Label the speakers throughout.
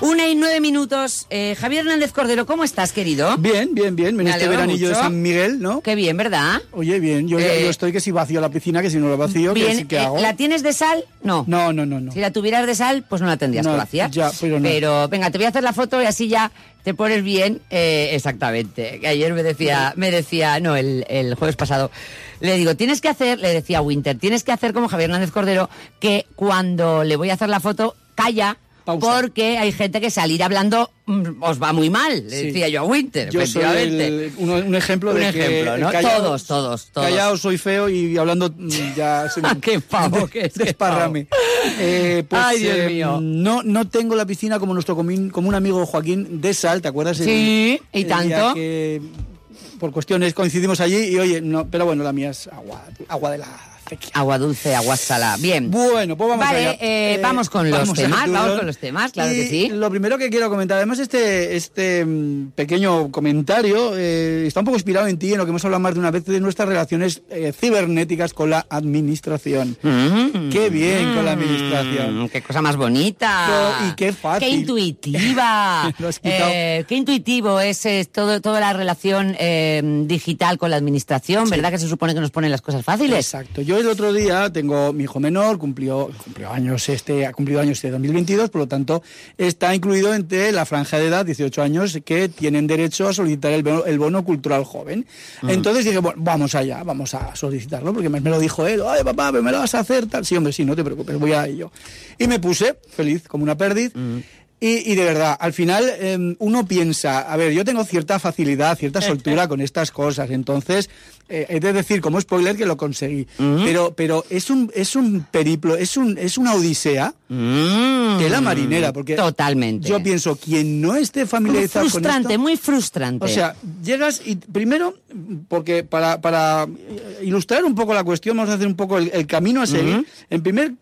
Speaker 1: Una y nueve minutos. Eh, Javier Hernández Cordero, ¿cómo estás, querido?
Speaker 2: Bien, bien, bien. En
Speaker 1: Me
Speaker 2: este
Speaker 1: alegro
Speaker 2: veranillo
Speaker 1: mucho.
Speaker 2: de San Miguel, ¿no?
Speaker 1: Qué bien, ¿verdad?
Speaker 2: Oye, bien, yo,
Speaker 1: Eh.
Speaker 2: yo estoy que si vacío la piscina, que si no la vacío, que
Speaker 1: Bien,
Speaker 2: si que
Speaker 1: eh,
Speaker 2: hago.
Speaker 1: ¿La tienes de sal? No.
Speaker 2: No, no, no, no.
Speaker 1: Si la tuvieras de sal, pues no la tendrías
Speaker 2: No,
Speaker 1: que vaciar.
Speaker 2: ya, pero no.
Speaker 1: venga, te voy a hacer la foto y así ya te pones bien. eh, exactamente. Que ayer me decía, me decía, no, el, el jueves pasado, le digo, tienes que hacer, le decía a Winter, tienes que hacer como Javier Hernández Cordero, que cuando le voy a hacer la foto, calla.
Speaker 2: Pausa.
Speaker 1: Porque hay gente que salir hablando mm, os va muy mal, le
Speaker 2: Sí.
Speaker 1: decía yo a Winter.
Speaker 2: Yo soy
Speaker 1: efectivamente.
Speaker 2: el- uno- un ejemplo
Speaker 1: Un
Speaker 2: de
Speaker 1: ejemplo,
Speaker 2: que
Speaker 1: ¿no?
Speaker 2: callado-
Speaker 1: Todos, todos, todos.
Speaker 2: Callado, soy feo y hablando mm, ya... se me-
Speaker 1: Ah, qué pavo
Speaker 2: de-
Speaker 1: que es, qué
Speaker 2: Desparrame.
Speaker 1: pavo.
Speaker 2: Eh, pues,
Speaker 1: Ay, Dios
Speaker 2: eh,
Speaker 1: mío.
Speaker 2: No, no tengo la piscina como nuestro comín, como un amigo Joaquín de Sal, ¿te acuerdas? El-
Speaker 1: Sí, y
Speaker 2: el día
Speaker 1: tanto.
Speaker 2: que por cuestiones coincidimos allí y oye, no, pero bueno, la mía es agua, agua de la acequia.
Speaker 1: Agua dulce, agua salada. Bien.
Speaker 2: Bueno, pues vamos
Speaker 1: Vale,
Speaker 2: allá.
Speaker 1: eh, vamos con los
Speaker 2: a
Speaker 1: temas,
Speaker 2: Arturo.
Speaker 1: vamos con los temas, claro
Speaker 2: Y
Speaker 1: que sí.
Speaker 2: Lo primero que quiero comentar, además este, este mm, pequeño comentario eh, está un poco inspirado en ti, en lo que hemos hablado más de una vez, de nuestras relaciones eh, cibernéticas con la administración.
Speaker 1: Mm.
Speaker 2: Qué bien con la
Speaker 1: Mm,
Speaker 2: administración.
Speaker 1: Qué cosa más bonita.
Speaker 2: No, y qué fácil.
Speaker 1: Qué intuitiva.
Speaker 2: Lo has quitado.
Speaker 1: Eh, qué intuitivo es, eh, todo, toda la relación eh, digital con la administración, ¿verdad? Que se supone que nos ponen las cosas fáciles.
Speaker 2: Exacto. Yo el otro día tengo mi hijo menor, cumplió, cumplió años este, ha cumplido años este 2022, por lo tanto está incluido entre la franja de edad, 18 años, que tienen derecho a solicitar el bono, el bono cultural joven. Entonces dije, bueno, vamos allá, vamos a solicitarlo, porque más me lo dijo él, ay papá, me lo vas a hacer tal. Sí, hombre, sí, no te preocupes, voy a ello. Y me puse feliz como una perdiz. Y, y de verdad, al final eh, uno piensa, a ver, yo tengo cierta facilidad, cierta soltura con estas cosas, entonces eh, he de decir como spoiler que lo conseguí, pero, pero es, un, es un periplo, es, un, es una odisea
Speaker 1: Mm.
Speaker 2: de la marinera, porque
Speaker 1: Totalmente.
Speaker 2: yo pienso, quien no esté
Speaker 1: Muy
Speaker 2: familiarizado con
Speaker 1: frustrante,
Speaker 2: esto...
Speaker 1: muy frustrante.
Speaker 2: O sea, llegas y primero, porque para, para ilustrar un poco la cuestión, vamos a hacer un poco el, el camino a seguir. En primer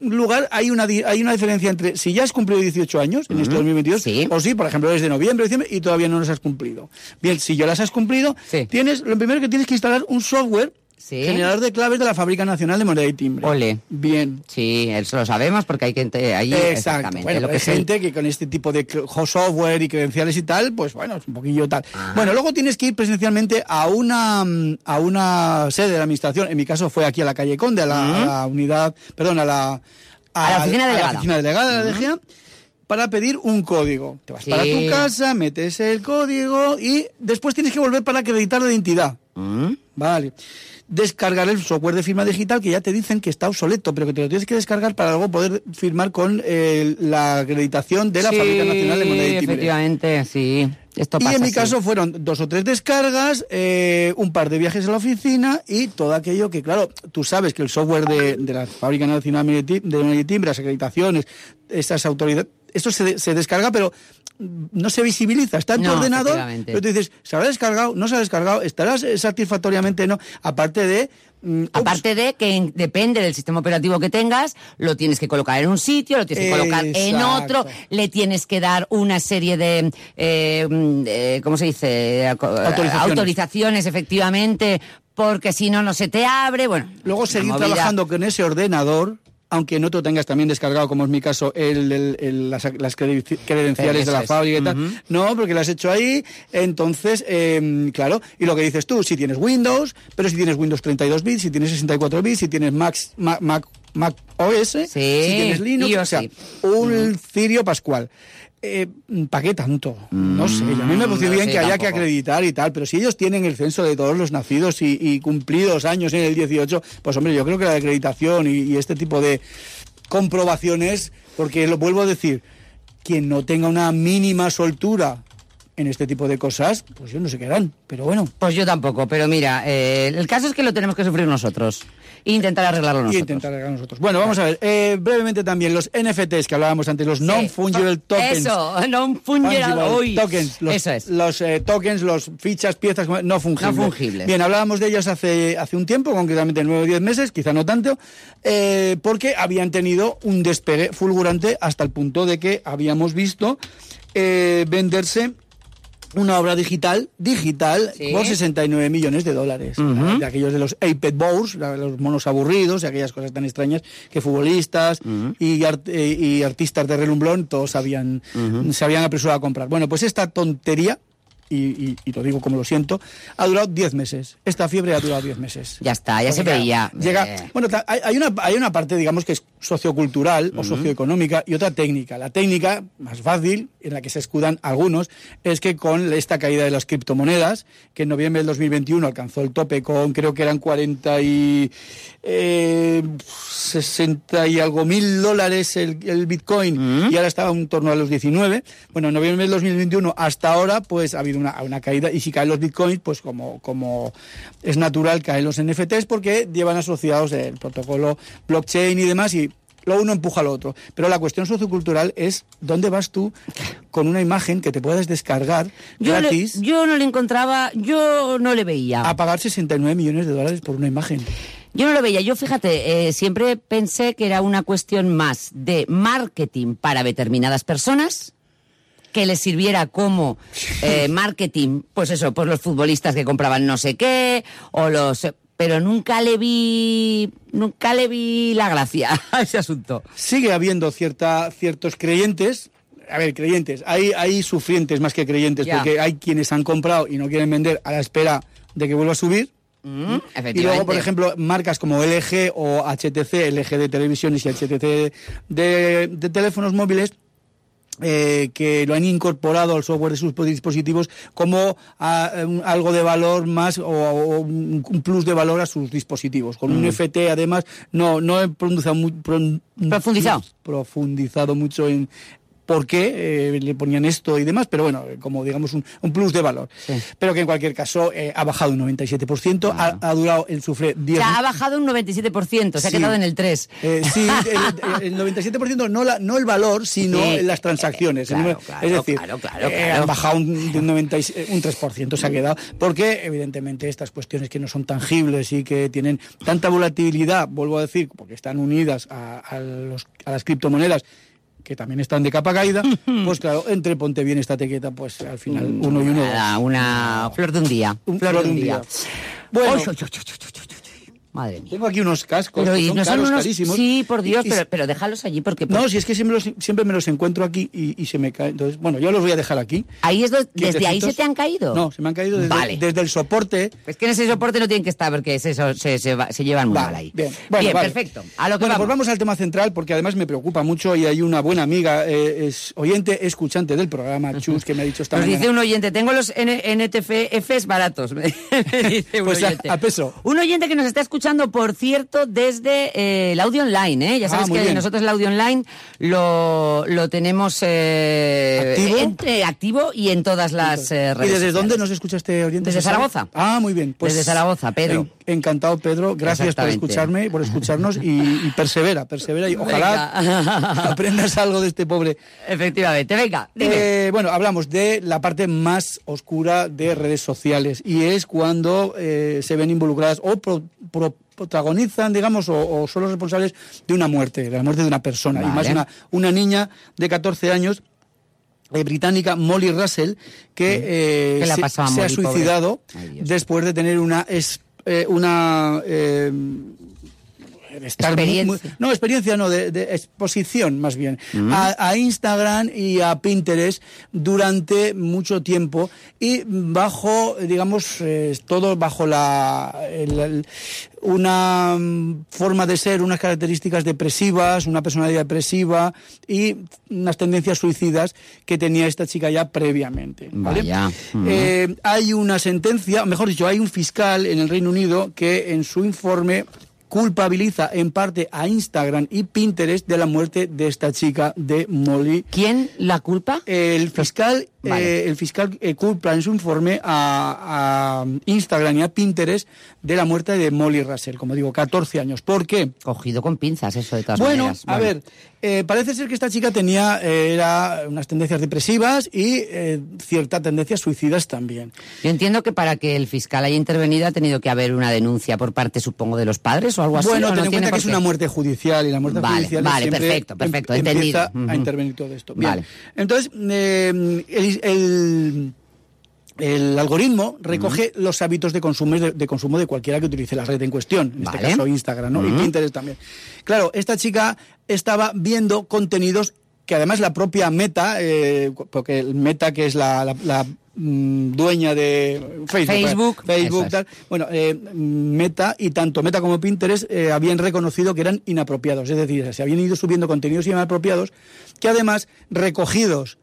Speaker 2: lugar, hay una, di- hay una diferencia entre si ya has cumplido 18 años en este 2022,
Speaker 1: Sí.
Speaker 2: o si, por ejemplo, desde noviembre, diciembre, y todavía no los has cumplido. Bien, si ya las has cumplido,
Speaker 1: Sí.
Speaker 2: tienes lo primero que tienes que instalar un software
Speaker 1: Sí.
Speaker 2: generador de claves de la Fábrica Nacional de Moneda y Timbre.
Speaker 1: Ole.
Speaker 2: Bien,
Speaker 1: sí, eso lo sabemos porque hay que ent- ahí
Speaker 2: Exacto.
Speaker 1: exactamente
Speaker 2: Bueno,
Speaker 1: lo que
Speaker 2: hay
Speaker 1: es el-
Speaker 2: gente que con este tipo de cl- software y credenciales y tal, pues bueno, es un poquillo tal.
Speaker 1: Ah.
Speaker 2: Bueno, luego tienes que ir presencialmente a una mm, a una sede de la administración. En mi caso fue aquí a la calle Conde, a la, a la unidad, perdón, a la
Speaker 1: Mm. A la oficina
Speaker 2: a
Speaker 1: delegada. Mm.
Speaker 2: la oficina delegada de la DGA, para pedir un código. Te vas
Speaker 1: Sí.
Speaker 2: para tu casa, metes el código y después tienes que volver para acreditar la identidad.
Speaker 1: Mm.
Speaker 2: Vale. Descargar el software de firma digital que ya te dicen que está obsoleto, pero que te lo tienes que descargar para luego poder firmar con eh, la acreditación de la
Speaker 1: Sí,
Speaker 2: Fábrica Nacional de Moneda y Timbre.
Speaker 1: Efectivamente, sí. Esto
Speaker 2: Y
Speaker 1: pasa.
Speaker 2: en mi
Speaker 1: sí.
Speaker 2: caso fueron dos o tres descargas, eh, un par de viajes a la oficina y todo aquello que, claro, tú sabes que el software de, de la Fábrica Nacional de Ti- de Moneda y Timbre, las acreditaciones, estas autoridades, esto se, de- se descarga, pero mm, no se visibiliza. Está en tu
Speaker 1: No,
Speaker 2: ordenador,
Speaker 1: efectivamente.
Speaker 2: pero tú dices, ¿se habrá descargado? ¿No se ha descargado? ¿Estará s- satisfactoriamente? No. Aparte de... mm, ups,
Speaker 1: Aparte de que en- depende del sistema operativo que tengas, lo tienes que colocar en un sitio, lo tienes que colocar en
Speaker 2: Exacto.
Speaker 1: otro, le tienes que dar una serie de, eh, mm, eh, ¿cómo se dice? Aco- eh,
Speaker 2: Autorizaciones.
Speaker 1: Autorizaciones, efectivamente, porque si no, no se te abre. Bueno,
Speaker 2: Luego
Speaker 1: una
Speaker 2: seguir
Speaker 1: movida.
Speaker 2: trabajando con ese ordenador, aunque no te tengas también descargado, como es mi caso, el, el- el- las, las credi- credenciales
Speaker 1: Eso
Speaker 2: de la
Speaker 1: es.
Speaker 2: fábrica y tal.
Speaker 1: Ujú.
Speaker 2: No, porque las has hecho ahí. Entonces, eh, claro, y lo que dices tú, si tienes Windows, pero si tienes Windows 32 bits, si tienes 64 bits, si tienes Mac, Mac, Mac, Mac OS, si tienes Linux,
Speaker 1: iOS,
Speaker 2: o sea,
Speaker 1: sí.
Speaker 2: un cirio pascual. Eh, ¿Para qué tanto? No sé, a mí me parece
Speaker 1: Mm, no
Speaker 2: bien
Speaker 1: sé
Speaker 2: que haya que
Speaker 1: tampoco.
Speaker 2: acreditar acreditar y tal, pero si ellos tienen el censo de todos los nacidos y, y cumplidos años en el 18, pues hombre, yo creo que la acreditación y, y este tipo de comprobaciones, porque lo vuelvo a decir, quien no tenga una mínima soltura en este tipo de cosas, pues yo no sé qué harán, pero bueno.
Speaker 1: Pues yo tampoco, pero mira, eh, el caso es que lo tenemos que sufrir nosotros e intentar arreglarlo nosotros.
Speaker 2: Y intentar arreglar nosotros. Bueno, vamos a ver. eh, brevemente también los NFTs que hablábamos antes, los non-fungible tokens.
Speaker 1: Eso, non-fungible
Speaker 2: Fungible
Speaker 1: hoy.
Speaker 2: tokens, los,
Speaker 1: Eso es.
Speaker 2: los, eh, tokens, los fichas, piezas como- no fungibles.
Speaker 1: No fungibles.
Speaker 2: Bien, hablábamos de ellos hace, hace un tiempo, concretamente nueve o diez meses, quizá no tanto, eh, porque habían tenido un despegue fulgurante hasta el punto de que habíamos visto eh, venderse una obra digital, digital,
Speaker 1: Sí.
Speaker 2: por 69 millones de dólares. De aquellos de los Aped Bowls, la- los monos aburridos y aquellas cosas tan extrañas que futbolistas y, art- eh, y artistas de relumbrón todos habían, se habían apresurado a comprar. Bueno, pues esta tontería, y, y- y lo digo como lo siento, ha durado 10 meses. Esta fiebre ha durado 10 meses.
Speaker 1: Ya está, ya se
Speaker 2: Porque,
Speaker 1: veía.
Speaker 2: claro, Llega,
Speaker 1: Eh.
Speaker 2: Bueno, ta- hay, hay una, hay una parte, digamos, que es sociocultural o socioeconómica y otra técnica. La técnica más fácil, en la que se escudan algunos, es que con esta caída de las criptomonedas, que en noviembre del 2021 alcanzó el tope con, creo que eran 40 y... eh, 60 y algo mil dólares el, el Bitcoin y ahora estaba en torno a los 19. Bueno, en noviembre del 2021 hasta ahora pues ha habido una, una caída y si caen los Bitcoins pues como, como es natural caen los NFTs porque llevan asociados el protocolo blockchain y demás y lo uno empuja al otro. Pero la cuestión sociocultural es dónde vas tú con una imagen que te puedas descargar
Speaker 1: Yo, le-
Speaker 2: gratis
Speaker 1: yo no le encontraba, yo no le veía.
Speaker 2: a pagar 69 millones de dólares por una imagen.
Speaker 1: Yo no lo veía. Yo, fíjate, eh, siempre pensé que era una cuestión más de marketing para determinadas personas que les sirviera como eh, marketing, pues eso, pues los futbolistas que compraban no sé qué o los, pero nunca le vi, nunca le vi la gracia a ese asunto.
Speaker 2: sigue habiendo cierta, ciertos creyentes. A ver, creyentes. Hay, hay sufrientes más que creyentes,
Speaker 1: Ya.
Speaker 2: porque hay quienes han comprado y no quieren vender a la espera de que vuelva a subir.
Speaker 1: Mm, efectivamente.
Speaker 2: Y luego, por ejemplo, marcas como LG o HTC, LG de televisiones y HTC de, de teléfonos móviles, eh, que lo han incorporado al software de sus dispositivos como ah, un- algo de valor más o, o un un plus de valor a sus dispositivos. Con
Speaker 1: Mm.
Speaker 2: un FT, además, no, no he pronunciado mu- pron-
Speaker 1: Profundizado.
Speaker 2: profundizado mucho en por qué eh, le ponían esto y demás, pero bueno, eh, como digamos un, un plus de valor. Pero que en cualquier caso eh, ha bajado un 97%, ha- ha, durado el sufre 10
Speaker 1: O sea, ha bajado un 97%, se ha
Speaker 2: Sí.
Speaker 1: quedado en el 3.
Speaker 2: eh, sí, el, el 97% no, la, no el valor, sino
Speaker 1: Sí.
Speaker 2: las transacciones.
Speaker 1: Eh, eh, claro,
Speaker 2: es
Speaker 1: claro,
Speaker 2: decir,
Speaker 1: claro, claro,
Speaker 2: eh,
Speaker 1: claro.
Speaker 2: han bajado un, de un 90 y- eh, un 3%, se ha quedado. Porque, evidentemente, estas cuestiones que no son tangibles y que tienen tanta volatilidad, vuelvo a decir, porque están unidas a, a los- a las criptomonedas que también están de capa caída, pues claro, entre ponte bien esta etiqueta, pues al final uno y uno.
Speaker 1: Mm, Nada,
Speaker 2: dos.
Speaker 1: una flor de un día.
Speaker 2: Un flor de un día. Bueno,
Speaker 1: Oy, oy, oy, oy, oy, oy, oy. Madre mía.
Speaker 2: tengo aquí unos cascos,
Speaker 1: Pero,
Speaker 2: que
Speaker 1: y
Speaker 2: son
Speaker 1: no son
Speaker 2: caros,
Speaker 1: unos-
Speaker 2: carísimos.
Speaker 1: Sí, por Dios,
Speaker 2: Y- y-
Speaker 1: pero, pero déjalos allí porque
Speaker 2: No, si es que siempre, los- siempre me los encuentro aquí y, y se me caen. Entonces, bueno, yo los voy a dejar aquí.
Speaker 1: ahí es donde- desde ahí
Speaker 2: Quietecitos.
Speaker 1: se te han caído.
Speaker 2: No, se me han caído desde,
Speaker 1: Vale.
Speaker 2: desde el soporte.
Speaker 1: Es que en ese soporte no tienen que estar porque se, se, se, se va- se llevan muy
Speaker 2: Vale,
Speaker 1: mal ahí.
Speaker 2: Bien, Bueno, vale.
Speaker 1: perfecto. A lo que
Speaker 2: Bueno,
Speaker 1: vamos.
Speaker 2: pues vamos al tema central porque además me preocupa mucho y hay una buena amiga, eh, es oyente, escuchante del programa, Chus, que me ha dicho esta
Speaker 1: Nos
Speaker 2: mañana.
Speaker 1: dice un oyente, tengo los N- NTFs baratos, me dice un
Speaker 2: Pues a-
Speaker 1: oyente.
Speaker 2: a peso.
Speaker 1: Un oyente que nos está escuchando, por cierto, desde eh, el audio online, ¿eh? Ya
Speaker 2: Ah,
Speaker 1: sabes
Speaker 2: muy
Speaker 1: que
Speaker 2: bien.
Speaker 1: nosotros el audio online lo, lo tenemos eh,
Speaker 2: ¿Activo?
Speaker 1: entre- activo y en todas las eh, redes
Speaker 2: ¿Y desde
Speaker 1: sociales.
Speaker 2: dónde nos escucha este oyente?
Speaker 1: Desde
Speaker 2: ¿Se sabe?
Speaker 1: Zaragoza.
Speaker 2: Ah, muy bien. Pues
Speaker 1: Desde Zaragoza, Pedro.
Speaker 2: en- encantado, Pedro. Gracias por
Speaker 1: Exactamente.
Speaker 2: escucharme, por escucharnos y, y persevera, persevera y ojalá
Speaker 1: Venga.
Speaker 2: aprendas algo de este pobre
Speaker 1: Efectivamente, venga, dime.
Speaker 2: Eh, bueno, hablamos de la parte más oscura de redes sociales y es cuando eh, se ven involucradas o pro- pro- protagonizan, digamos, o, o son los responsables de una muerte, de la muerte de una persona. Y más
Speaker 1: Vale.
Speaker 2: una, una niña de 14 años. eh, británica Molly Russell, que, eh,
Speaker 1: ¿Qué le ha
Speaker 2: se,
Speaker 1: pasado a
Speaker 2: se ha
Speaker 1: Molly, pobre?
Speaker 2: suicidado
Speaker 1: Ay, Dios.
Speaker 2: después de tener una, es- eh, una eh, de estar muy-
Speaker 1: Experiencia. Mm.
Speaker 2: muy- no, experiencia no, de, de exposición más bien. A, a Instagram y a Pinterest durante mucho tiempo y bajo, digamos, eh, todo bajo la, el- el- una mm, forma de ser, unas características depresivas, una personalidad depresiva y unas tendencias suicidas que tenía esta chica ya previamente. ¿vale?
Speaker 1: Vaya. Mm.
Speaker 2: Eh, eh, hay una sentencia, mejor dicho, hay un fiscal en el Reino Unido que en su informe culpabiliza en parte a Instagram y Pinterest de la muerte de esta chica de Molly.
Speaker 1: ¿Quién la culpa?
Speaker 2: El fiscal,
Speaker 1: Vale.
Speaker 2: eh, el fiscal eh, culpa en su informe a, a Instagram y a Pinterest de la muerte de Molly Russell, como digo, 14 años. ¿Por qué?
Speaker 1: Cogido con pinzas eso de todas
Speaker 2: Bueno,
Speaker 1: maneras.
Speaker 2: a ver, eh, parece ser que esta chica tenía eh, era unas tendencias depresivas y eh, cierta tendencia suicidas también.
Speaker 1: Yo entiendo que para que el fiscal haya intervenido ha tenido que haber una denuncia por parte, supongo, de los padres o algo así.
Speaker 2: bueno,
Speaker 1: ¿o no
Speaker 2: ten en
Speaker 1: tiene
Speaker 2: cuenta que
Speaker 1: por
Speaker 2: es
Speaker 1: qué?
Speaker 2: una muerte judicial y la muerte
Speaker 1: Vale,
Speaker 2: judicial
Speaker 1: vale,
Speaker 2: siempre
Speaker 1: perfecto, perfecto,
Speaker 2: em-
Speaker 1: entendido.
Speaker 2: empieza
Speaker 1: Ujú.
Speaker 2: a intervenir todo esto. Bien.
Speaker 1: Vale.
Speaker 2: Entonces, eh, el, el- el algoritmo recoge los hábitos de consumo de, de consumo de cualquiera que utilice la red en cuestión, en
Speaker 1: Vale.
Speaker 2: este caso Instagram, ¿no? Y Pinterest también. Claro, esta chica estaba viendo contenidos que además la propia Meta, eh, porque el Meta que es la, la- la, mm, dueña de Facebook,
Speaker 1: Facebook, eso
Speaker 2: Facebook
Speaker 1: es.
Speaker 2: tal, bueno, eh, Meta y tanto Meta como Pinterest eh, habían reconocido que eran inapropiados, es decir, se habían ido subiendo contenidos inapropiados que además recogidos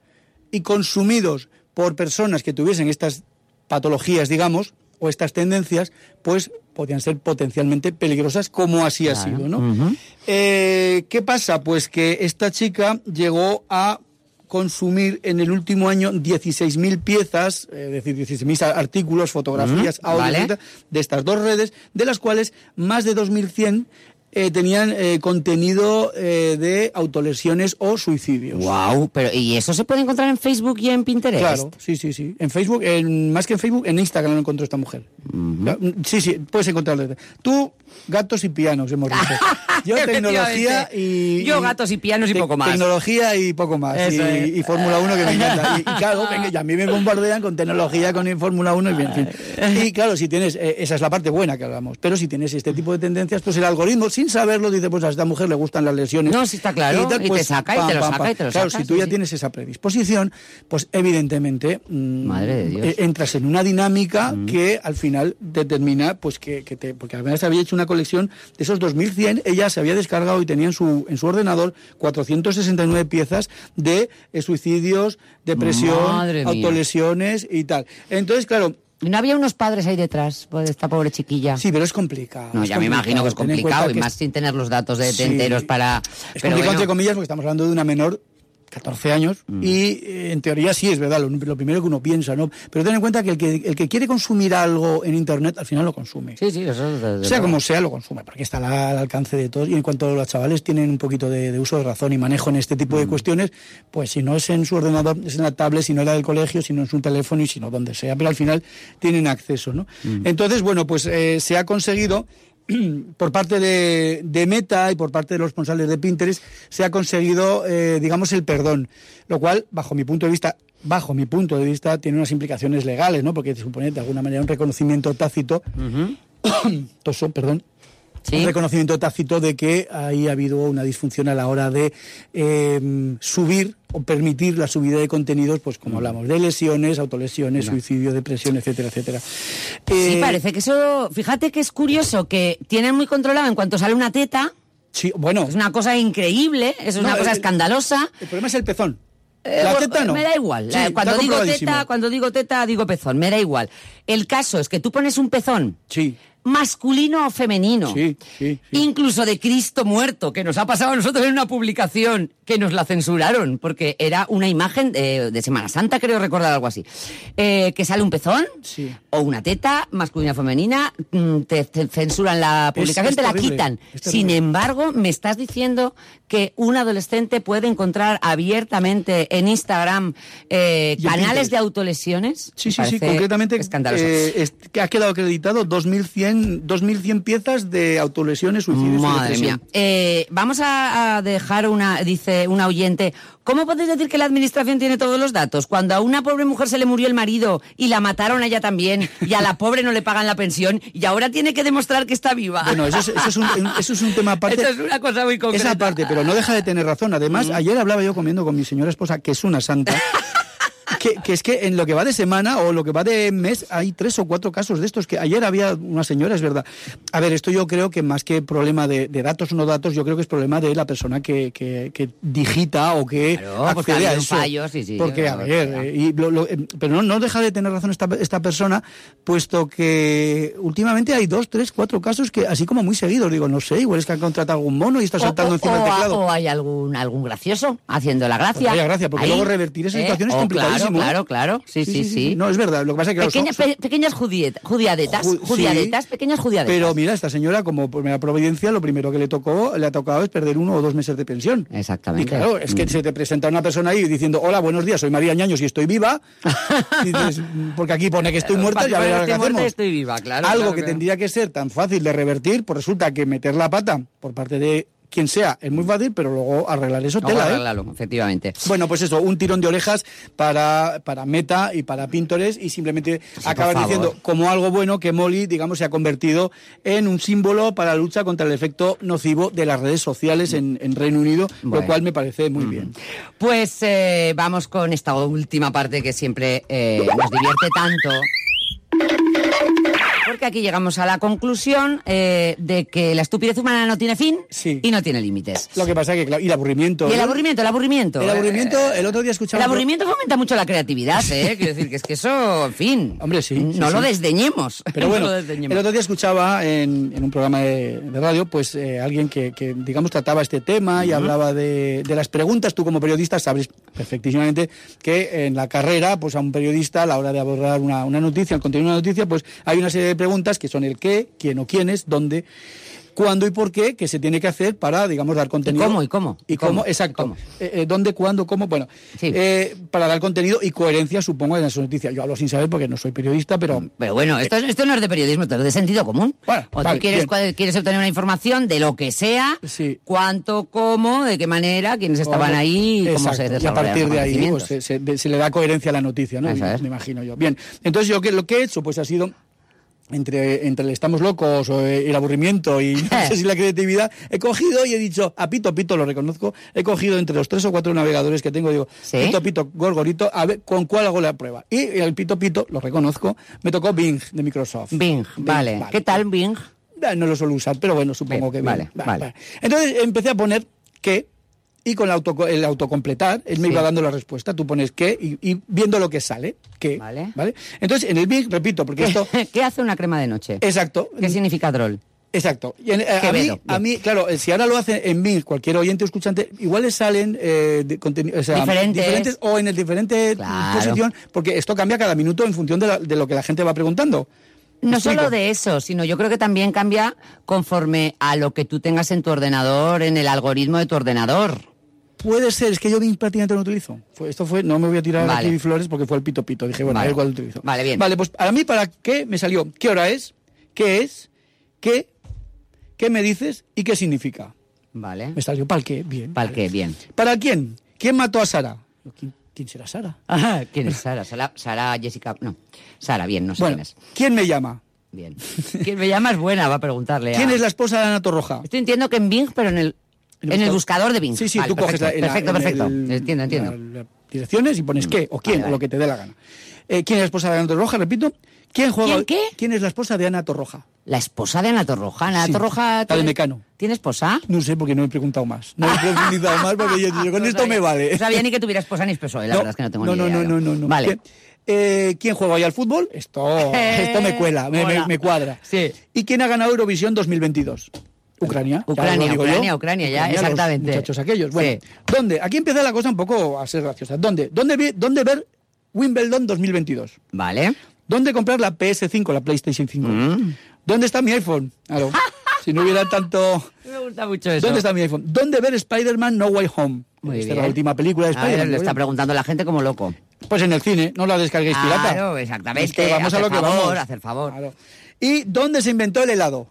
Speaker 2: y consumidos por personas que tuviesen estas patologías, digamos, o estas tendencias, pues podían ser potencialmente peligrosas, como así ha
Speaker 1: Claro.
Speaker 2: sido, ¿no?
Speaker 1: Ujú.
Speaker 2: Eh, ¿Qué pasa? Pues que esta chica llegó a consumir en el último año 16.000 piezas, eh, es decir, 16.000 a- artículos, fotografías,
Speaker 1: Ujú,
Speaker 2: audios,
Speaker 1: vale.
Speaker 2: etcétera, de estas dos redes, de las cuales más de 2.100 eh, tenían eh, contenido eh, de autolesiones o suicidios.
Speaker 1: Guau, pero ¿y eso se puede encontrar en Facebook y en Pinterest?
Speaker 2: Claro, sí, sí, sí. En Facebook, en, más que en Facebook, en Instagram lo encontró esta mujer. Ya, mm, Sí, sí, puedes encontrarlo. Tú, gatos y pianos, hemos dicho. Yo, tecnología y...
Speaker 1: Yo, gatos y pianos y
Speaker 2: tec-
Speaker 1: poco más.
Speaker 2: Tecnología y poco más.
Speaker 1: Eso es.
Speaker 2: y y Fórmula 1 que me encanta. Y, y claro, venga, y a mí me bombardean con tecnología, con Fórmula 1 y bien, en fin. Y claro, si tienes, eh, esa es la parte buena que hablamos, pero si tienes este tipo de tendencias, pues el algoritmo, sin saberlo, dice, pues a esta mujer le gustan las lesiones. pues,
Speaker 1: No, sí está claro, y te saca, y te lo saca, y te lo
Speaker 2: Claro,
Speaker 1: saca,
Speaker 2: si tú
Speaker 1: sí,
Speaker 2: ya
Speaker 1: sí.
Speaker 2: tienes esa predisposición, pues evidentemente mm,
Speaker 1: Madre de Dios. Mm.
Speaker 2: eh, entras en una dinámica que al final determina, pues que, que te, porque además había hecho una colección de esos 2.100, ella se había descargado y tenía en su, en su ordenador 469 piezas de eh, suicidios,
Speaker 1: Madre
Speaker 2: depresión,
Speaker 1: mía.
Speaker 2: autolesiones y tal. Entonces, claro,
Speaker 1: ¿Y no había unos padres ahí detrás pues, de esta pobre chiquilla?
Speaker 2: sí, pero es complicado.
Speaker 1: No,
Speaker 2: es
Speaker 1: ya me imagino que es
Speaker 2: Ten en cuenta
Speaker 1: complicado y
Speaker 2: que es-
Speaker 1: más sin tener los datos de, de
Speaker 2: Sí.
Speaker 1: enteros para...
Speaker 2: Es
Speaker 1: pero
Speaker 2: complicado,
Speaker 1: bueno, Mm.
Speaker 2: entre comillas, porque estamos hablando de una menor, 14 años, y eh, en teoría sí es verdad, lo, lo primero que uno piensa, ¿no? Pero ten en cuenta que el, que el que quiere consumir algo en Internet, al final lo consume.
Speaker 1: Sí, sí, eso es de- de-
Speaker 2: Sea como sea, lo consume, porque está la- al alcance de todos. Y en cuanto los chavales tienen un poquito de, de uso de razón y manejo en este tipo de cuestiones, pues si no es en su ordenador, es en la tablet, si no era del colegio, si no en su teléfono y si no donde sea, pero al final tienen acceso, ¿no? Entonces, bueno, pues eh, se ha conseguido, por parte de, de Meta y por parte de los responsables de Pinterest, se ha conseguido, eh, digamos, el perdón, lo cual, bajo mi punto de vista, bajo mi punto de vista, tiene unas implicaciones legales, ¿no? Porque supone de alguna manera un reconocimiento tácito toso, perdón.
Speaker 1: Sí.
Speaker 2: Un reconocimiento tácito de que ahí ha habido una disfunción a la hora de eh, subir o permitir la subida de contenidos, pues
Speaker 1: Mm.
Speaker 2: como hablamos, de lesiones, autolesiones, suicidio, depresión, etcétera, etcétera.
Speaker 1: Sí,
Speaker 2: Eh,
Speaker 1: parece que eso... Fíjate que es curioso que tienen muy controlado en cuanto sale una teta...
Speaker 2: sí, bueno,
Speaker 1: Es una cosa increíble, es una
Speaker 2: No,
Speaker 1: cosa
Speaker 2: el-
Speaker 1: escandalosa.
Speaker 2: el problema es el pezón.
Speaker 1: Eh,
Speaker 2: la
Speaker 1: bueno,
Speaker 2: teta no.
Speaker 1: Me da igual. Eh,
Speaker 2: Sí, está
Speaker 1: cuando digo
Speaker 2: comprobadísimo.
Speaker 1: teta, cuando digo teta, digo pezón. Me da igual. El caso es que tú pones un pezón
Speaker 2: Sí.
Speaker 1: masculino o femenino.
Speaker 2: Sí, sí, sí.
Speaker 1: Incluso de Cristo muerto, que nos ha pasado a nosotros en una publicación que nos la censuraron, porque era una imagen de, de Semana Santa, creo recordar algo así. Eh, que sale un pezón
Speaker 2: Sí.
Speaker 1: o una teta masculina o femenina, mm, te, te censuran la publicación,
Speaker 2: es
Speaker 1: te la
Speaker 2: terrible,
Speaker 1: quitan.
Speaker 2: es
Speaker 1: Sin
Speaker 2: terrible.
Speaker 1: embargo, me estás diciendo que un adolescente puede encontrar abiertamente en Instagram eh,
Speaker 2: Y en
Speaker 1: canales
Speaker 2: Pinterest.
Speaker 1: de autolesiones.
Speaker 2: Sí,
Speaker 1: Me
Speaker 2: sí, sí,
Speaker 1: parece
Speaker 2: concretamente
Speaker 1: Escandaloso.
Speaker 2: eh, es- que ha quedado acreditado 2100, 2100 piezas de autolesiones, suicidios y
Speaker 1: Madre mía.
Speaker 2: depresión.
Speaker 1: Eh, vamos a, a dejar una, dice una oyente, ¿cómo podéis decir que la administración tiene todos los datos? Cuando a una pobre mujer se le murió el marido y la mataron a ella también y a la pobre no le pagan la pensión y ahora tiene que demostrar que está viva.
Speaker 2: Bueno, eso es, eso es un, eso es un tema aparte.
Speaker 1: Eso es una cosa muy concreta. Mm.
Speaker 2: Esa parte, pero no deja de tener razón. Además, ayer hablaba yo comiendo con mi señora esposa, que es una santa. que, que es que en lo que va de semana o lo que va de mes hay tres o cuatro casos de estos. Que ayer había una señora, es verdad. A ver, esto yo creo que más que problema de, de datos o no datos, yo creo que es problema de la persona que, que, que digita o que
Speaker 1: Claro,
Speaker 2: accede
Speaker 1: porque ha
Speaker 2: a
Speaker 1: habido
Speaker 2: eso.
Speaker 1: fallos, sí, sí,
Speaker 2: porque,
Speaker 1: yo
Speaker 2: a
Speaker 1: no-
Speaker 2: ver,
Speaker 1: ya.
Speaker 2: eh, y lo- lo- eh, pero no, no deja de tener razón esta, esta persona, puesto que últimamente hay dos, tres, cuatro casos que, así como muy seguidos, digo, no sé, igual es que han contratado algún mono y está saltando
Speaker 1: o,
Speaker 2: encima
Speaker 1: o-
Speaker 2: del teclado.
Speaker 1: o hay algún, algún gracioso haciendo la gracia.
Speaker 2: Pues vaya gracia, porque luego revertir esa situación es
Speaker 1: oh,
Speaker 2: complicadísimo, ¿eh?
Speaker 1: Claro, claro, claro. Sí, sí, sí.
Speaker 2: No, es verdad. Lo que pasa es que. claro,
Speaker 1: pequeñas
Speaker 2: son-
Speaker 1: pe- pequeñas judiet- judiadetas,
Speaker 2: Ju- sí,
Speaker 1: judiadetas, pequeñas judiadetas.
Speaker 2: Pero mira, esta señora, como primera providencia, lo primero que le tocó, le ha tocado es perder uno o dos meses de pensión.
Speaker 1: Exactamente.
Speaker 2: Y claro, es que
Speaker 1: Mm.
Speaker 2: se te presenta una persona ahí diciendo, hola, buenos días, soy María Ñaños y estoy viva. Y dices, porque aquí pone que estoy muerta, ya
Speaker 1: Porque
Speaker 2: verás
Speaker 1: estoy
Speaker 2: qué
Speaker 1: muerta y
Speaker 2: hacemos.
Speaker 1: estoy viva, claro.
Speaker 2: Algo
Speaker 1: claro,
Speaker 2: que
Speaker 1: claro.
Speaker 2: tendría que ser tan fácil de revertir, pues resulta que meter la pata por parte de quien sea es muy fácil, pero luego arreglar eso
Speaker 1: No,
Speaker 2: tela, ¿eh?
Speaker 1: arréglalo, efectivamente.
Speaker 2: Bueno, pues eso, un tirón de orejas para, para Meta y para Pintores y simplemente
Speaker 1: por
Speaker 2: acabar
Speaker 1: favor.
Speaker 2: diciendo como algo bueno que Molly, digamos, se ha convertido en un símbolo para la lucha contra el efecto nocivo de las redes sociales en, en Reino Unido,
Speaker 1: Bueno. Mm.
Speaker 2: lo cual me parece muy bien.
Speaker 1: Pues eh, vamos con esta última parte que siempre eh, nos divierte tanto. Porque aquí llegamos a la conclusión eh, de que la estupidez humana no tiene fin
Speaker 2: Sí.
Speaker 1: y no tiene límites.
Speaker 2: Lo que pasa que, claro, y el aburrimiento.
Speaker 1: Y el
Speaker 2: ¿no?
Speaker 1: aburrimiento, el aburrimiento. Eh,
Speaker 2: El aburrimiento, el otro día
Speaker 1: El
Speaker 2: escuchaba...
Speaker 1: aburrimiento fomenta mucho la creatividad, ¿eh? Quiero decir que es que eso, en fin.
Speaker 2: Hombre, sí, sí,
Speaker 1: No lo
Speaker 2: sí.
Speaker 1: desdeñemos.
Speaker 2: Pero bueno,
Speaker 1: No lo
Speaker 2: el
Speaker 1: desdeñemos.
Speaker 2: otro día escuchaba en, en un programa de, de radio, pues eh, alguien que, que, digamos, trataba este tema y hablaba de, de las preguntas. Tú como periodista sabes perfectísimamente que en la carrera, pues a un periodista, a la hora de abordar una, una noticia, el contenido de una noticia, pues hay una serie de preguntas que son el qué, quién o quiénes, dónde, cuándo y por qué, que se tiene que hacer para, digamos, dar contenido.
Speaker 1: cómo, y cómo,
Speaker 2: Y
Speaker 1: y cómo,
Speaker 2: cómo,
Speaker 1: y
Speaker 2: exacto.
Speaker 1: cómo.
Speaker 2: Eh, eh, ¿Dónde, cuándo, cómo? Bueno,
Speaker 1: Sí.
Speaker 2: eh, para dar contenido y coherencia, supongo, en esa noticia. Yo hablo sin saber porque no soy periodista, pero
Speaker 1: Pero bueno, esto, esto no es de periodismo, esto es de sentido común.
Speaker 2: Eh, Bueno,
Speaker 1: o
Speaker 2: vale,
Speaker 1: tú quieres,
Speaker 2: bien.
Speaker 1: cua- quieres obtener una información de lo que sea,
Speaker 2: Sí.
Speaker 1: cuánto, cómo, de qué manera, quiénes estaban
Speaker 2: Hombre,
Speaker 1: ahí, y cómo
Speaker 2: exacto,
Speaker 1: se
Speaker 2: Y a
Speaker 1: desarrollaron
Speaker 2: partir
Speaker 1: los
Speaker 2: de ahí pues,
Speaker 1: acontecimientos.
Speaker 2: se, se- de- se le da coherencia a la noticia, ¿no?
Speaker 1: Eso es.
Speaker 2: Me imagino yo. Bien, entonces yo que, lo que he hecho pues ha sido... Entre, entre el estamos locos o eh, el aburrimiento y no sé si la creatividad, he cogido y he dicho, a pito pito lo reconozco, he cogido entre los tres o cuatro navegadores que tengo, digo,
Speaker 1: ¿Sí?
Speaker 2: pito pito, gorgorito, a ver con cuál hago la prueba. Y el pito pito, lo reconozco, me tocó Bing de Microsoft.
Speaker 1: Bing, vale. ¿Qué tal, Bing?
Speaker 2: Ah, No lo suelo usar, pero bueno, supongo
Speaker 1: Bien,
Speaker 2: que bien.
Speaker 1: vale, vale.
Speaker 2: Entonces empecé a poner que y con la auto- el autocompletar, él me
Speaker 1: Sí.
Speaker 2: iba dando la respuesta. Tú pones que y, y viendo lo que sale, que.
Speaker 1: Vale.
Speaker 2: Entonces en el Bing, repito, porque esto.
Speaker 1: ¿Qué, qué hace una crema de noche?
Speaker 2: Exacto.
Speaker 1: ¿Qué significa troll?
Speaker 2: Exacto. Y en- eh, a, mí,
Speaker 1: Quevedo,
Speaker 2: a mí, claro, eh, si ahora lo hacen en Bing, cualquier oyente o escuchante, igual le salen eh, de contenido- o sea,
Speaker 1: Diferentes.
Speaker 2: o en el diferente
Speaker 1: Claro.
Speaker 2: posición, porque esto cambia cada minuto en función de, la- de lo que la gente va preguntando. ¿Me
Speaker 1: No
Speaker 2: explico?
Speaker 1: solo de eso, sino yo creo que también cambia conforme a lo que tú tengas en tu ordenador, en el algoritmo de tu ordenador.
Speaker 2: Puede ser, es que yo Bing prácticamente no lo utilizo. Fue- esto fue, no me voy a tirar
Speaker 1: Vale.
Speaker 2: aquí flores porque fue el pito pito. Dije, bueno,
Speaker 1: Vale.
Speaker 2: a ver cuál utilizo.
Speaker 1: Vale, bien.
Speaker 2: Vale, pues para mí, ¿para qué me salió? ¿Qué hora es? ¿Qué es? ¿Qué? ¿Qué me dices? ¿Y qué significa?
Speaker 1: Vale.
Speaker 2: Me salió, ¿para qué? Bien.
Speaker 1: ¿Para qué? Bien.
Speaker 2: ¿Para quién? ¿Quién mató a Sara? ¿Quién, quién será Sara?
Speaker 1: ¿Quién es Sara? Sara? Sara Jessica. No. Sara, bien, no sé
Speaker 2: Bueno,
Speaker 1: quién es.
Speaker 2: ¿quién me llama?
Speaker 1: Bien. ¿Quién me llama es buena? Va a preguntarle. a-
Speaker 2: ¿Quién es la esposa de Ana Torroja?
Speaker 1: Esto entiendo que en Bing, pero en el,
Speaker 2: El
Speaker 1: en el
Speaker 2: buscador.
Speaker 1: buscador de Bing.
Speaker 2: Sí, sí,
Speaker 1: Vale,
Speaker 2: tú coges
Speaker 1: perfecto,
Speaker 2: la- en la-
Speaker 1: Perfecto,
Speaker 2: en
Speaker 1: perfecto.
Speaker 2: el-
Speaker 1: entiendo, entiendo.
Speaker 2: la- las direcciones y pones qué o quién,
Speaker 1: Vale,
Speaker 2: o lo
Speaker 1: vale.
Speaker 2: que te dé la gana. Eh, ¿Quién es la esposa de Ana Torroja? Repito. ¿Quién juega?
Speaker 1: ¿Quién qué?
Speaker 2: ¿Quién es la esposa de Ana Torroja?
Speaker 1: La esposa de Ana Torroja. Ana
Speaker 2: Sí,
Speaker 1: Torroja.
Speaker 2: la de
Speaker 1: ¿tiene-
Speaker 2: Mecano.
Speaker 1: ¿Tiene esposa? Ah,
Speaker 2: No sé, porque no he preguntado más. No he profundizado más porque yo, yo con
Speaker 1: No
Speaker 2: esto
Speaker 1: sabía-
Speaker 2: me vale.
Speaker 1: No sabía ni que tuviera esposa ni esposo, eh, la verdad es que no tengo
Speaker 2: no,
Speaker 1: ni
Speaker 2: no,
Speaker 1: idea.
Speaker 2: No,
Speaker 1: yo.
Speaker 2: no, no, no.
Speaker 1: Vale.
Speaker 2: ¿Quién, eh, quién juega hoy al fútbol? Esto, esto me cuela, me, me-
Speaker 1: Mola.
Speaker 2: me cuadra.
Speaker 1: Sí.
Speaker 2: ¿Y quién ha ganado Eurovisión 2022? Ucrania. ya
Speaker 1: Ucrania,
Speaker 2: lo digo
Speaker 1: Ucrania,
Speaker 2: yo.
Speaker 1: Ucrania, ya,
Speaker 2: los
Speaker 1: exactamente.
Speaker 2: Muchachos aquellos. Bueno,
Speaker 1: Sí.
Speaker 2: ¿dónde? Aquí empieza la cosa un poco a ser graciosa. ¿Dónde? ¿Dónde, vi- dónde ver Wimbledon 2022?
Speaker 1: Vale.
Speaker 2: ¿Dónde comprar la PS5, la PlayStation 5?
Speaker 1: Mm.
Speaker 2: ¿Dónde está mi iPhone? Claro, si no hubiera tanto...
Speaker 1: Me gusta mucho eso.
Speaker 2: ¿Dónde está mi iPhone? ¿Dónde ver Spider-Man No Way Home?
Speaker 1: Muy
Speaker 2: Esta
Speaker 1: bien.
Speaker 2: es la última película de
Speaker 1: A ver,
Speaker 2: Spider-Man.
Speaker 1: le
Speaker 2: ¿no?
Speaker 1: está preguntando la gente como loco.
Speaker 2: Pues en el cine, no la descarguéis pirata.
Speaker 1: Claro, exactamente.
Speaker 2: Es que vamos a
Speaker 1: Hacer
Speaker 2: lo que
Speaker 1: favor,
Speaker 2: vamos.
Speaker 1: hacer favor.
Speaker 2: Claro. ¿Y dónde se inventó el helado?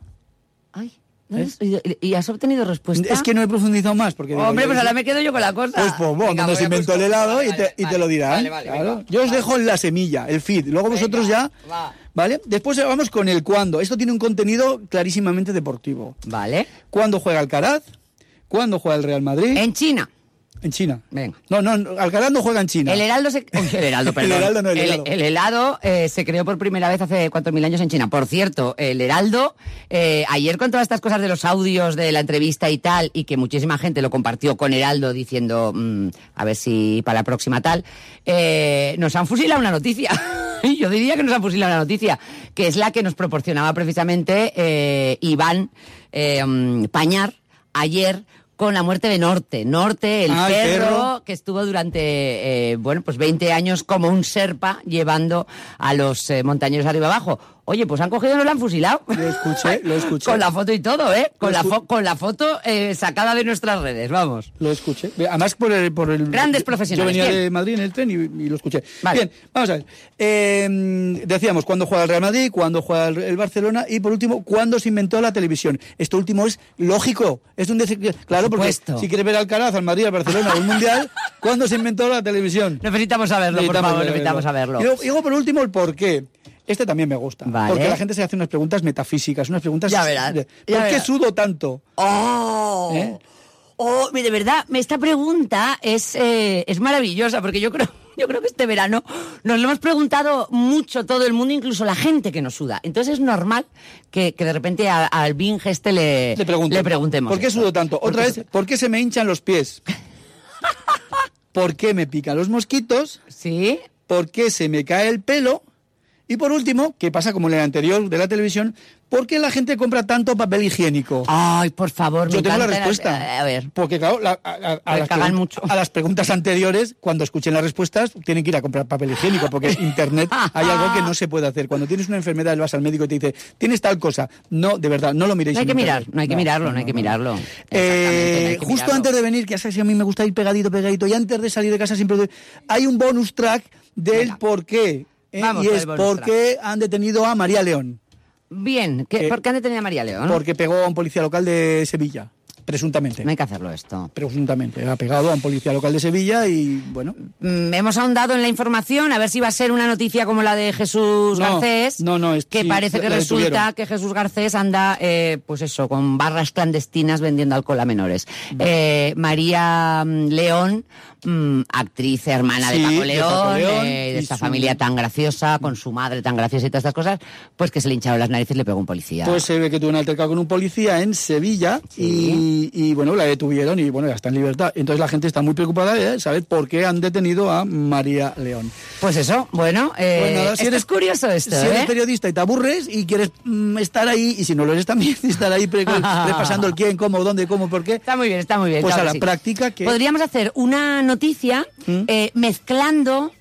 Speaker 1: Ay, ¿no has oído? ¿Y- ¿y has obtenido respuesta?
Speaker 2: Es que no he profundizado más. porque digo,
Speaker 1: Hombre,
Speaker 2: yo-
Speaker 1: pues ahora me quedo yo con la cosa.
Speaker 2: Pues, pues, bueno,
Speaker 1: Venga,
Speaker 2: ¿dónde se
Speaker 1: voy a
Speaker 2: inventó el
Speaker 1: buscar.
Speaker 2: helado? y
Speaker 1: Vale,
Speaker 2: te, y te
Speaker 1: vale,
Speaker 2: lo dirán.
Speaker 1: Vale, vale,
Speaker 2: claro.
Speaker 1: venga.
Speaker 2: Yo os
Speaker 1: Vale.
Speaker 2: dejo la semilla, el feed. Luego vosotros ya.
Speaker 1: va.
Speaker 2: ¿Vale? Después vamos con el cuándo. Esto tiene un contenido clarísimamente deportivo.
Speaker 1: Vale.
Speaker 2: ¿Cuándo juega Alcaraz? ¿Cuándo juega el Real Madrid?
Speaker 1: En China.
Speaker 2: En China.
Speaker 1: Venga.
Speaker 2: No, no, no, Alcaraz no juega en China.
Speaker 1: El heraldo se... Uy, el heraldo, perdón.
Speaker 2: El heraldo, no, el helado.
Speaker 1: el helado, eh, se creó por primera vez hace cuatro mil años en China. Por cierto, el heraldo, eh, ayer con todas estas cosas de los audios de la entrevista y tal, y que muchísima gente lo compartió con heraldo diciendo, mm, a ver si para la próxima tal, eh, nos han fusilado una noticia. Yo diría que nos han fusilado una noticia, que es la que nos proporcionaba precisamente eh, Iván eh, mm, Pañar ayer con la muerte de Norte. Norte, el
Speaker 2: Ah, el
Speaker 1: perro,
Speaker 2: perro.
Speaker 1: que estuvo durante, eh, bueno, pues 20 años como un serpa llevando a los eh, montañeros arriba abajo. Oye, pues han cogido y no lo han fusilado.
Speaker 2: Lo escuché, lo escuché.
Speaker 1: Con la foto y todo, ¿eh? Con,
Speaker 2: Lo
Speaker 1: la,
Speaker 2: escu-
Speaker 1: fo- con la foto eh, sacada de nuestras redes, vamos.
Speaker 2: Lo escuché. Además, por el. Por el
Speaker 1: Grandes
Speaker 2: yo-
Speaker 1: profesionales,
Speaker 2: Yo venía
Speaker 1: bien.
Speaker 2: de Madrid en el tren y, y lo escuché.
Speaker 1: Vale.
Speaker 2: Bien, vamos a ver. Eh, decíamos, ¿cuándo juega el Real Madrid? ¿Cuándo juega el, el Barcelona? Y por último, ¿cuándo se inventó la televisión? Esto último es lógico. Es un des- Claro, porque
Speaker 1: supuesto.
Speaker 2: si quieres ver al Alcaraz, al Madrid, al Barcelona o el Mundial, ¿cuándo se inventó la televisión?
Speaker 1: Necesitamos saberlo, por favor, necesitamos saberlo.
Speaker 2: Y luego, y luego, por último, el por qué. Este también me gusta.
Speaker 1: Vale.
Speaker 2: Porque la gente se hace unas preguntas metafísicas, unas preguntas.
Speaker 1: Ya verás,
Speaker 2: de,
Speaker 1: ya
Speaker 2: ¿Por qué
Speaker 1: verás.
Speaker 2: sudo tanto?
Speaker 1: ¡Oh!
Speaker 2: ¿Eh?
Speaker 1: ¡Oh! De verdad, esta pregunta es, eh, es maravillosa porque yo creo, yo creo que este verano nos lo hemos preguntado mucho todo el mundo, incluso la gente que nos suda. Entonces es normal que, que de repente a- al Bing este le,
Speaker 2: Le, pregunto,
Speaker 1: preguntemos.
Speaker 2: ¿Por qué
Speaker 1: esto.
Speaker 2: sudo tanto?
Speaker 1: ¿Por
Speaker 2: Otra
Speaker 1: qué
Speaker 2: vez,
Speaker 1: sudo?
Speaker 2: ¿por qué se me hinchan los pies? ¿Por qué me pican los mosquitos?
Speaker 1: ¿Sí?
Speaker 2: ¿Por qué se me cae el pelo? Y por último, que pasa como en el anterior de la televisión, ¿por qué la gente compra tanto papel higiénico?
Speaker 1: Ay, por favor,
Speaker 2: Yo
Speaker 1: Ah, me
Speaker 2: tengo la
Speaker 1: encantan las-
Speaker 2: respuesta.
Speaker 1: A ver.
Speaker 2: Porque, claro, la- a, a- a
Speaker 1: Me
Speaker 2: las
Speaker 1: cagan
Speaker 2: pregun-
Speaker 1: mucho.
Speaker 2: a las preguntas anteriores, cuando escuchen las respuestas, tienen que ir a comprar papel higiénico, porque en Internet hay algo que no se puede hacer. Cuando tienes una enfermedad, vas al médico y te dice, tienes tal cosa. No, de verdad, no lo miréis.
Speaker 1: No hay
Speaker 2: en
Speaker 1: que
Speaker 2: Internet.
Speaker 1: mirar, no hay que mirarlo, no hay que mirarlo. Exactamente, no hay
Speaker 2: Eh,
Speaker 1: que
Speaker 2: justo
Speaker 1: mirarlo.
Speaker 2: antes de venir, que ya sabes que a mí me gusta ir pegadito, pegadito, y antes de salir de casa siempre doy- hay un bonus track del
Speaker 1: Venga.
Speaker 2: por qué. ¿eh?
Speaker 1: Vamos
Speaker 2: y
Speaker 1: con el
Speaker 2: es
Speaker 1: bonus
Speaker 2: por
Speaker 1: track.
Speaker 2: qué han detenido a María León.
Speaker 1: Bien, ¿qué-
Speaker 2: Eh,
Speaker 1: ¿por qué han detenido a María León?
Speaker 2: Porque pegó a un policía local de Sevilla, presuntamente.
Speaker 1: No hay que hacerlo esto.
Speaker 2: presuntamente ha pegado a un policía local de Sevilla y bueno
Speaker 1: Mm, hemos ahondado en la información, a ver si va a ser una noticia como la de Jesús
Speaker 2: No,
Speaker 1: Garcés.
Speaker 2: no, no, es-
Speaker 1: que
Speaker 2: sí,
Speaker 1: parece que
Speaker 2: la
Speaker 1: resulta
Speaker 2: detuvieron.
Speaker 1: que Jesús Garcés anda, eh, pues eso, con barras clandestinas vendiendo alcohol a menores. Eh, María mm, León, mm, actriz, hermana
Speaker 2: Sí,
Speaker 1: de Paco
Speaker 2: de
Speaker 1: León,
Speaker 2: Paco León
Speaker 1: eh, de
Speaker 2: y
Speaker 1: esta
Speaker 2: su-
Speaker 1: familia tan graciosa, con su madre tan graciosa y todas estas cosas, pues que se le hincharon las narices y le pegó un policía.
Speaker 2: pues se ve que tuvo un altercado con un policía en Sevilla
Speaker 1: Sí.
Speaker 2: y, y, bueno la detuvieron y bueno ya está en libertad entonces la gente está muy preocupada de saber por qué han detenido a María León
Speaker 1: Pues eso, bueno, eh,
Speaker 2: Pues nada,
Speaker 1: esto es curioso esto,
Speaker 2: si eres
Speaker 1: ¿eh?
Speaker 2: periodista y te aburres y quieres mm, estar ahí y si no lo eres también estar ahí pre- repasando el quién cómo dónde cómo por qué
Speaker 1: Está muy bien, está muy bien.
Speaker 2: Pues
Speaker 1: claro
Speaker 2: a
Speaker 1: que
Speaker 2: la práctica, ¿qué?
Speaker 1: Podríamos hacer una noticia
Speaker 2: ¿Mm?
Speaker 1: eh, mezclando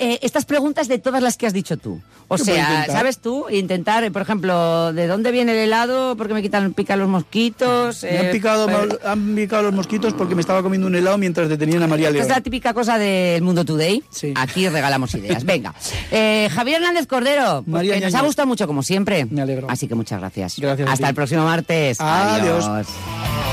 Speaker 1: eh, estas preguntas de todas las que has dicho tú. O
Speaker 2: Se puede
Speaker 1: sea,
Speaker 2: intentar.
Speaker 1: ¿sabes tú? Intentar, eh, por ejemplo, ¿de dónde viene el helado? ¿Por qué me quitan pican los mosquitos?
Speaker 2: Ah, me han
Speaker 1: Eh,
Speaker 2: picado
Speaker 1: pero-
Speaker 2: mal- han picado los mosquitos porque me estaba comiendo un helado mientras detenían a María
Speaker 1: Esta
Speaker 2: León
Speaker 1: es la típica cosa del Mundo Today.
Speaker 2: Sí.
Speaker 1: Aquí regalamos ideas. Venga. Eh, Javier Hernández Cordero, pues
Speaker 2: María
Speaker 1: que nos
Speaker 2: Ñañez.
Speaker 1: ha gustado mucho como siempre.
Speaker 2: Me alegro.
Speaker 1: Así que muchas gracias.
Speaker 2: Gracias a
Speaker 1: Hasta
Speaker 2: ti.
Speaker 1: el próximo martes.
Speaker 2: Adiós.
Speaker 1: Adiós.